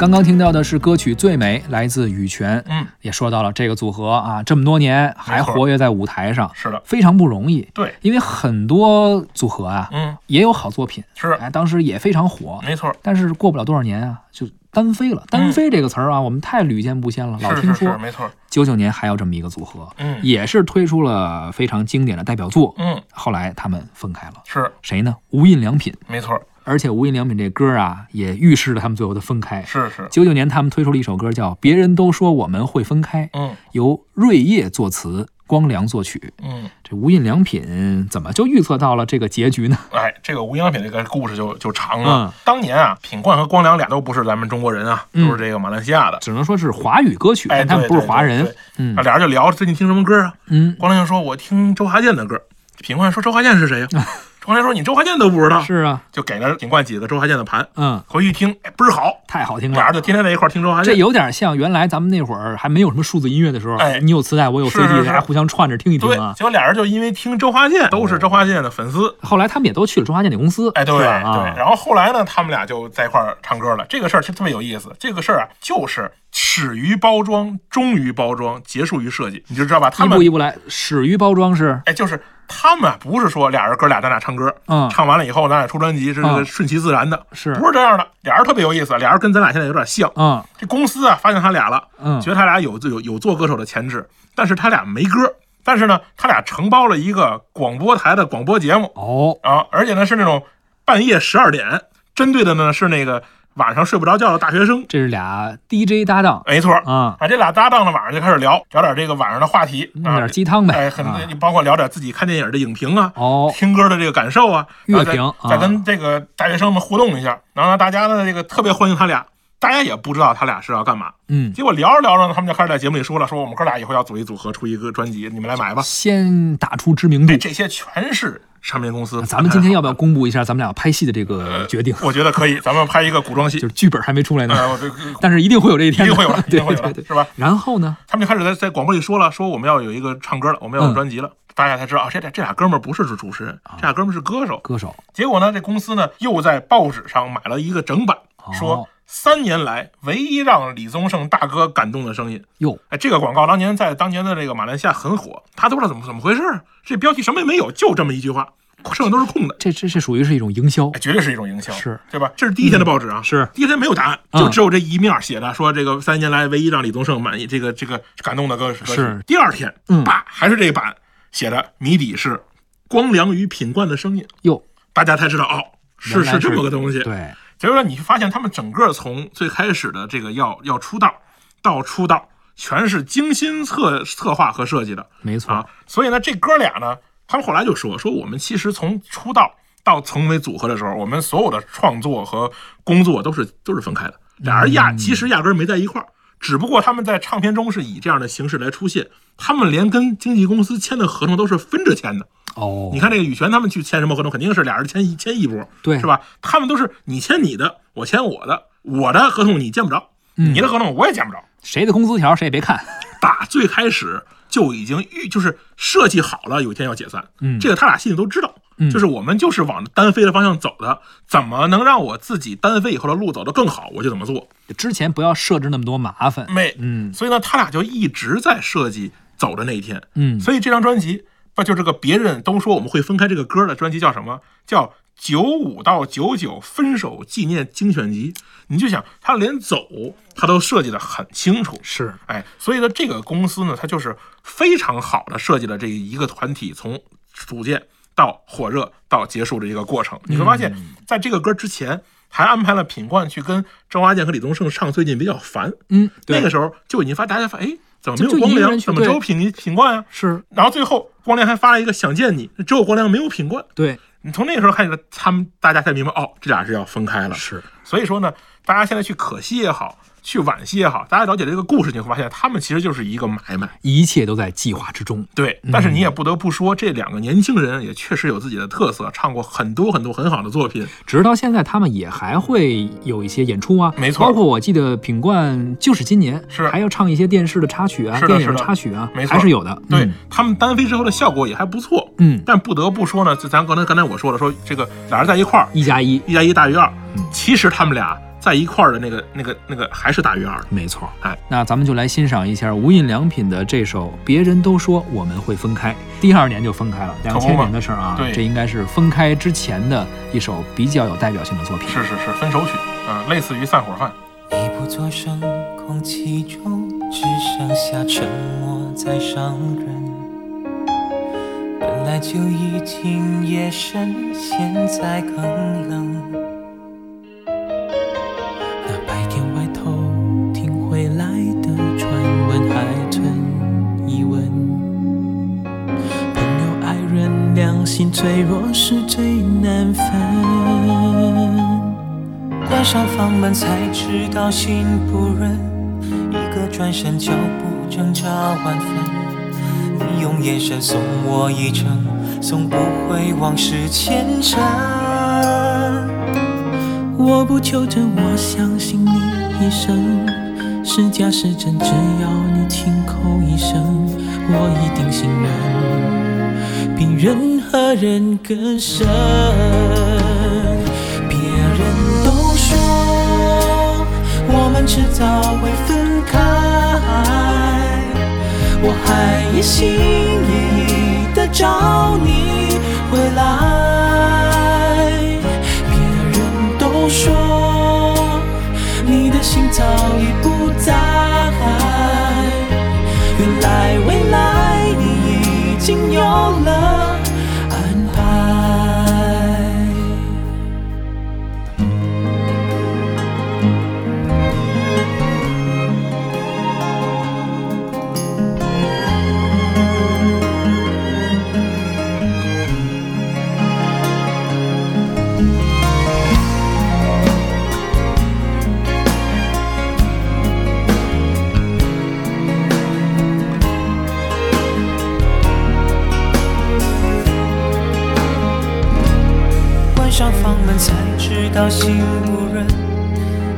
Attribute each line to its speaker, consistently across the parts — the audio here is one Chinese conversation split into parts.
Speaker 1: 刚刚听到的是歌曲《最美》，来自羽泉，
Speaker 2: 嗯，
Speaker 1: 也说到了这个组合啊，这么多年还活跃在舞台上，
Speaker 2: 是的，
Speaker 1: 非常不容易。
Speaker 2: 对，
Speaker 1: 因为很多组合啊，
Speaker 2: 嗯，
Speaker 1: 也有好作品，
Speaker 2: 是
Speaker 1: 哎，当时也非常火，
Speaker 2: 没错，
Speaker 1: 但是过不了多少年啊，就单飞了。单飞这个词儿啊，我们太屡见不鲜了，老
Speaker 2: 嗯是
Speaker 1: 听
Speaker 2: 是是，
Speaker 1: 说。
Speaker 2: 没错，
Speaker 1: 九九年还有这么一个组合，
Speaker 2: 嗯
Speaker 1: 也是推出了非常经典的代表作，
Speaker 2: 嗯，
Speaker 1: 后来他们分开了，
Speaker 2: 是
Speaker 1: 谁呢？无印良品。
Speaker 2: 没错，
Speaker 1: 而且无印良品这歌啊，也预示了他们最后的分开。
Speaker 2: 是是，
Speaker 1: 九九年，他们推出了一首歌叫《别人都说我们会分开》，
Speaker 2: 嗯
Speaker 1: 由瑞叶作词，光良作曲。
Speaker 2: 嗯，
Speaker 1: 这无印良品怎么就预测到了这个结局呢？
Speaker 2: 哎，这个无印良品这个故事就就长
Speaker 1: 嗯
Speaker 2: 了。当年啊，品冠和光良俩都不是咱们中国人啊，
Speaker 1: 嗯
Speaker 2: 都是这个马来西亚的。
Speaker 1: 只能说是华语歌曲，
Speaker 2: 哎，
Speaker 1: 但他们
Speaker 2: 对
Speaker 1: 不是华人。
Speaker 2: 对对
Speaker 1: 嗯
Speaker 2: 啊俩人就聊最近听什么歌啊？
Speaker 1: 嗯，
Speaker 2: 光良就说：“我听周华健的歌。”品冠说：“周华健是谁呀、周华健说：“你周华健都不知道。
Speaker 1: 是啊”，
Speaker 2: 就给了品冠几个周华健的盘，
Speaker 1: 嗯，
Speaker 2: 回去一听，哎，倍儿好，
Speaker 1: 太好听
Speaker 2: 俩
Speaker 1: 了
Speaker 2: 人。就天天在一块儿听周华
Speaker 1: 这
Speaker 2: 健。
Speaker 1: 有点像原来咱们那会儿还没有什么数字音乐的时候，
Speaker 2: 哎
Speaker 1: 你有磁带，我有
Speaker 2: 是
Speaker 1: CD，
Speaker 2: 是是
Speaker 1: 大家互相串着听一听
Speaker 2: 对，
Speaker 1: 啊。
Speaker 2: 结果俩人就因为听周华健，都是周华健的粉丝，
Speaker 1: 后来他们也都去了中华电力公司，
Speaker 2: 哎，对
Speaker 1: 是
Speaker 2: 对，
Speaker 1: 吧啊，
Speaker 2: 然后后来呢，他们俩就在一块儿唱歌了。这个事儿其实特别有意思，这个事儿啊，就是始于包装，终于包装，结束于设计，你就知道吧？他
Speaker 1: 一步
Speaker 2: 们
Speaker 1: 一步来。始于包装是，
Speaker 2: 哎，就是他们啊不是说俩人哥俩咱俩唱歌，
Speaker 1: 嗯
Speaker 2: 唱完了以后咱俩出专辑，这
Speaker 1: 嗯
Speaker 2: 是顺其自然的，
Speaker 1: 是
Speaker 2: 不是这样的？俩人特别有意思，俩人跟咱俩现在有点像。
Speaker 1: 嗯
Speaker 2: 这公司啊，发现他俩了，
Speaker 1: 嗯
Speaker 2: 觉得他俩有有有做歌手的潜质，但是他俩没歌，但是呢，他俩承包了一个广播台的广播节目，
Speaker 1: 哦，
Speaker 2: 啊，而且呢是那种半夜十二点，针对的呢是那个晚上睡不着觉的大学生。
Speaker 1: 这是俩 DJ 搭档
Speaker 2: 没错儿
Speaker 1: 啊，
Speaker 2: 啊，这俩搭档呢晚上就开始聊聊点这个晚上的话题
Speaker 1: 弄
Speaker 2: 啊
Speaker 1: 点，鸡汤呗
Speaker 2: 哎，，很
Speaker 1: 啊
Speaker 2: 包括聊点自己看电影的影评啊，
Speaker 1: 哦，
Speaker 2: 听歌的这个感受啊，然后再
Speaker 1: 乐评啊
Speaker 2: 再跟这个大学生们互动一下，然后呢大家呢这个特别欢迎他俩。大家也不知道他俩是要干嘛，
Speaker 1: 嗯，
Speaker 2: 结果聊着聊着呢，他们就开始在节目里说了，说我们哥俩以后要组一组合，出一个专辑，你们来买吧。
Speaker 1: 先打出知名度
Speaker 2: 哎，。这些全是唱片公司。
Speaker 1: 咱们今天要不要公布一下咱们俩拍戏的这个决定？
Speaker 2: 我觉得可以，咱们拍一个古装戏
Speaker 1: 就。是剧本还没出来呢，
Speaker 2: 呃，我这
Speaker 1: 但是一定会有这一
Speaker 2: 一
Speaker 1: 天的，
Speaker 2: 定会有 的，一
Speaker 1: 对
Speaker 2: 定会有
Speaker 1: 对
Speaker 2: 的，
Speaker 1: 对
Speaker 2: 是。吧？
Speaker 1: 然后呢？
Speaker 2: 他们就开始在在广播里说了，说我们要有一个唱歌了，我们
Speaker 1: 嗯
Speaker 2: 要
Speaker 1: 哦
Speaker 2: 有专辑了。大家才知道啊，这俩这俩哥们儿不是主持人，这俩哥们儿是歌手。
Speaker 1: 歌手
Speaker 2: 结果呢，这公司呢又在报纸上买了一个整版，
Speaker 1: 哦
Speaker 2: 说三年来唯一让李宗盛大哥感动的声音。
Speaker 1: 哟，
Speaker 2: 哎，这个广告当年在当年的这个马来西亚很火，他都不知道怎么怎么回事儿，这标题什么也没有，就这么一句话，剩下都是空的。
Speaker 1: 这这这属于是一种营销
Speaker 2: 哎，，绝对是一种营销，
Speaker 1: 是嗯
Speaker 2: 对吧？这是第一天的报纸啊，
Speaker 1: 是
Speaker 2: 第一天没有答案，
Speaker 1: 嗯
Speaker 2: 就只有这一面写的说这个三年来唯一让李宗盛满意这个这个感动的歌歌曲
Speaker 1: 是
Speaker 2: 第二天，
Speaker 1: 嗯
Speaker 2: 爸还是这一版写的谜底是光良与品冠的声音，
Speaker 1: 哟，
Speaker 2: 大家才知道哦，
Speaker 1: 原
Speaker 2: 是
Speaker 1: 来
Speaker 2: 是这么个东西。
Speaker 1: 对，
Speaker 2: 结果你发现他们整个从最开始的这个要要出道到出道，全是精心策策划和设计的
Speaker 1: 没错，
Speaker 2: 啊。所以呢，这哥俩呢，他们后来就说说我们其实从出道到成为组合的时候，我们所有的创作和工作都是都是分开的，俩人压其实压根儿没在一块儿。只不过他们在唱片中是以这样的形式来出现，他们连跟经纪公司签的合同都是分着签的。
Speaker 1: 哦，
Speaker 2: 你看这个羽泉他们去签什么合同，肯定是俩人签一签一波，
Speaker 1: 对
Speaker 2: 是吧？他们都是你签你的，我签我的，我的合同你见不着，
Speaker 1: 嗯
Speaker 2: 你的合同我也见不着。
Speaker 1: 谁的工资条谁也别看，
Speaker 2: 打最开始就已经预就是设计好了，有一天要解散，
Speaker 1: 嗯
Speaker 2: 这个他俩心里都知道，就是我们就是往单飞的方向走的，怎么能让我自己单飞以后的路走得更好，我就怎么做。
Speaker 1: 之前不要设置那么多麻烦，
Speaker 2: 没，
Speaker 1: 嗯
Speaker 2: 所以呢，他俩就一直在设计走的那一天，
Speaker 1: 嗯
Speaker 2: 所以这张专辑不就这个别人都说我们会分开这个歌的专辑叫什么？叫九五到九九分手纪念精选集。你就想，他连走他都设计的很清楚，
Speaker 1: 是
Speaker 2: 哎，所以呢，这个公司呢，它就是非常好的设计了这一个团体从组建到火热到结束的一个过程。你会发现，
Speaker 1: 嗯
Speaker 2: 在这个歌之前，还安排了品冠去跟周华健和李宗盛唱《最近比较烦》，
Speaker 1: 嗯，对
Speaker 2: 那个时候就已经发，大家发，哎，怎么
Speaker 1: 就
Speaker 2: 没有
Speaker 1: 就一
Speaker 2: 光
Speaker 1: 个人
Speaker 2: 良？
Speaker 1: 去
Speaker 2: 怎么只有
Speaker 1: 对
Speaker 2: 品品冠啊？
Speaker 1: 是
Speaker 2: 然后最后光良还发了一个想见你，只有光良没有品冠。
Speaker 1: 对
Speaker 2: 你从那个时候开始，他们大家才明白，哦，这俩是要分开了。
Speaker 1: 是，
Speaker 2: 所以说呢，大家现在去可惜也好，去惋惜也好，大家了解这个故事，你会发现他们其实就是一个买卖。
Speaker 1: 一切都在计划之中，
Speaker 2: 对，但是你也不得不说，这两个年轻人也确实有自己的特色，唱过很多很多很好的作品。
Speaker 1: 直到现在他们也还会有一些演出啊，
Speaker 2: 没错
Speaker 1: 包括我记得品冠就是今年
Speaker 2: 是
Speaker 1: 还要唱一些电视的插曲啊，
Speaker 2: 是的
Speaker 1: 电
Speaker 2: 是
Speaker 1: 影
Speaker 2: 的
Speaker 1: 插曲啊，
Speaker 2: 没错
Speaker 1: 还是有的，
Speaker 2: 对、
Speaker 1: 嗯
Speaker 2: 他们单飞之后的效果也还不错。
Speaker 1: 嗯
Speaker 2: 但不得不嗯说呢，就咱刚才刚才我说了，说这个俩人在一块儿，
Speaker 1: 一加一
Speaker 2: 一加一大于二，其实他们俩在一块儿的那个那个那个还是大于二的。
Speaker 1: 没错，
Speaker 2: 哎，
Speaker 1: 那咱们就来欣赏一下无印良品的这首《别人都说我们会分开》，第二年就分开了，两
Speaker 2: 可不
Speaker 1: 千
Speaker 2: 嘛
Speaker 1: 年的事儿啊
Speaker 2: 对，
Speaker 1: 这应该是分开之前的一首比较有代表性的作品。
Speaker 2: 是是是，分手曲，嗯、类似于散伙饭。
Speaker 3: 你不作声，空气中只剩下沉默在伤人。本来就已经夜深，现在更冷。那白天外头听回来的传闻还存疑问。朋友、爱人，良心脆弱是最难分。关上房门才知道心不忍，一个转身脚步挣扎万分。你用眼神送我一程，送不回往事前尘。我不求证，我相信你一生是假是真，只要你亲口一声，我一定信任。比任何人更深。别人都说我们迟早会分开，我还一心一意的找你回来。别人都说你的心早已不在。原来未来你已经有了安排。关上房门才知道心不忍，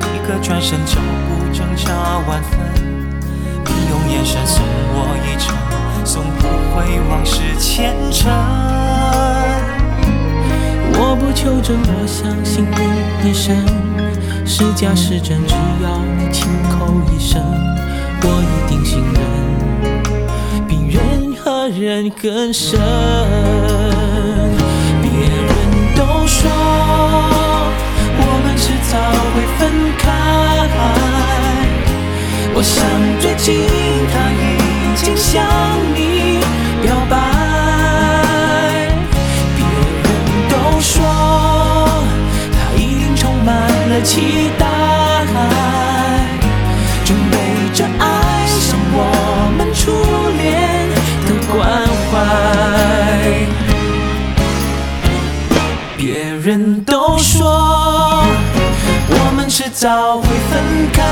Speaker 3: 一个转身脚步挣扎万分。你用眼神送我一程，送不回往事前尘。我不求证，我相信你一生是假是真，只要你亲口一声，我一定信任。比任何人更深。别人都说我们迟早会分开，我想最近他已经向你表白。别人都说他一定充满了期待。准备着爱上我们初恋的关怀。别人都说我们迟早会分开，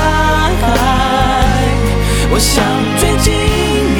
Speaker 3: 我想最近